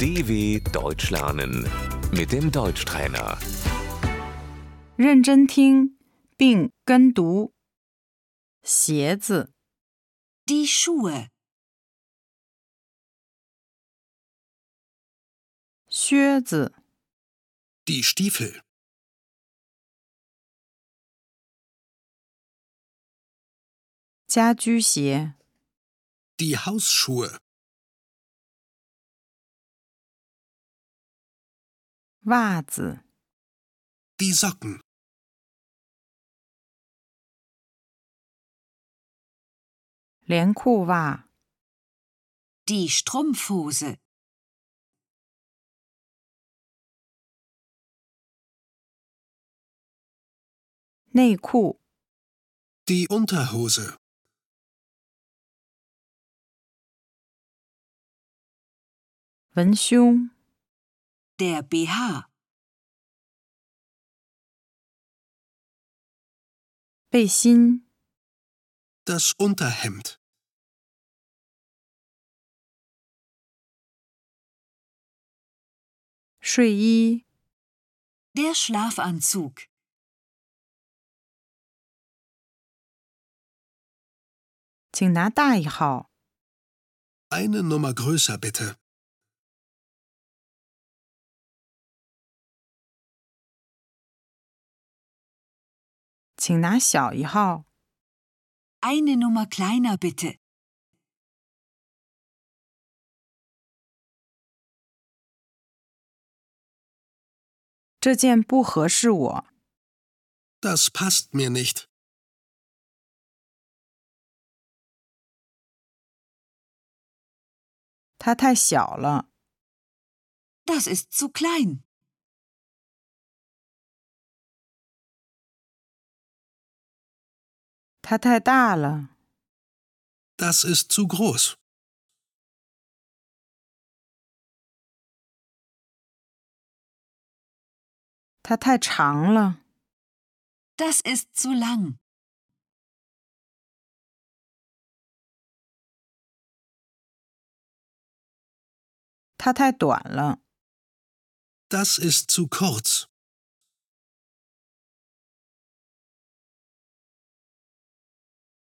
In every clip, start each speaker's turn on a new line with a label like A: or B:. A: DW Deutsch lernen mit dem Deutschtrainer.
B: 认真听并跟读。鞋子、
C: Die Schuhe,
B: 靴子、
D: Die Stiefel.
B: 家居鞋、
D: Die Hausschuhe.
B: 袜子、
D: Die Socken.
B: 连裤袜、
C: die Strumpfhose,
B: 内裤、
D: Die Unterhose.
B: 文胸、
C: der BH,
B: 背心、
D: Das Unterhemd.
B: 睡衣、
C: der Schlafanzug,
B: “请拿大一号”、
D: Eine Nummer größer bitte.
B: “请拿小一号”、
C: eine Nummer kleiner bitte,
B: “这件不合适我”、
D: Das passt mir nicht.
B: “它太小了”、
C: das ist zu klein,
B: “它太大了”、
D: Das ist zu groß.
B: “它太长了”、
C: das ist zu lang,
B: “它太短了”、
D: Das ist zu kurz.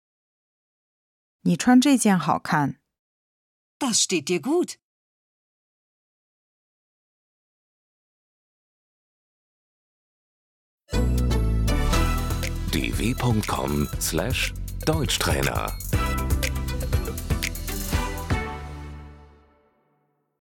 B: “你穿这件好看”、
C: das steht dir gut,
A: dw.com/deutschtrainer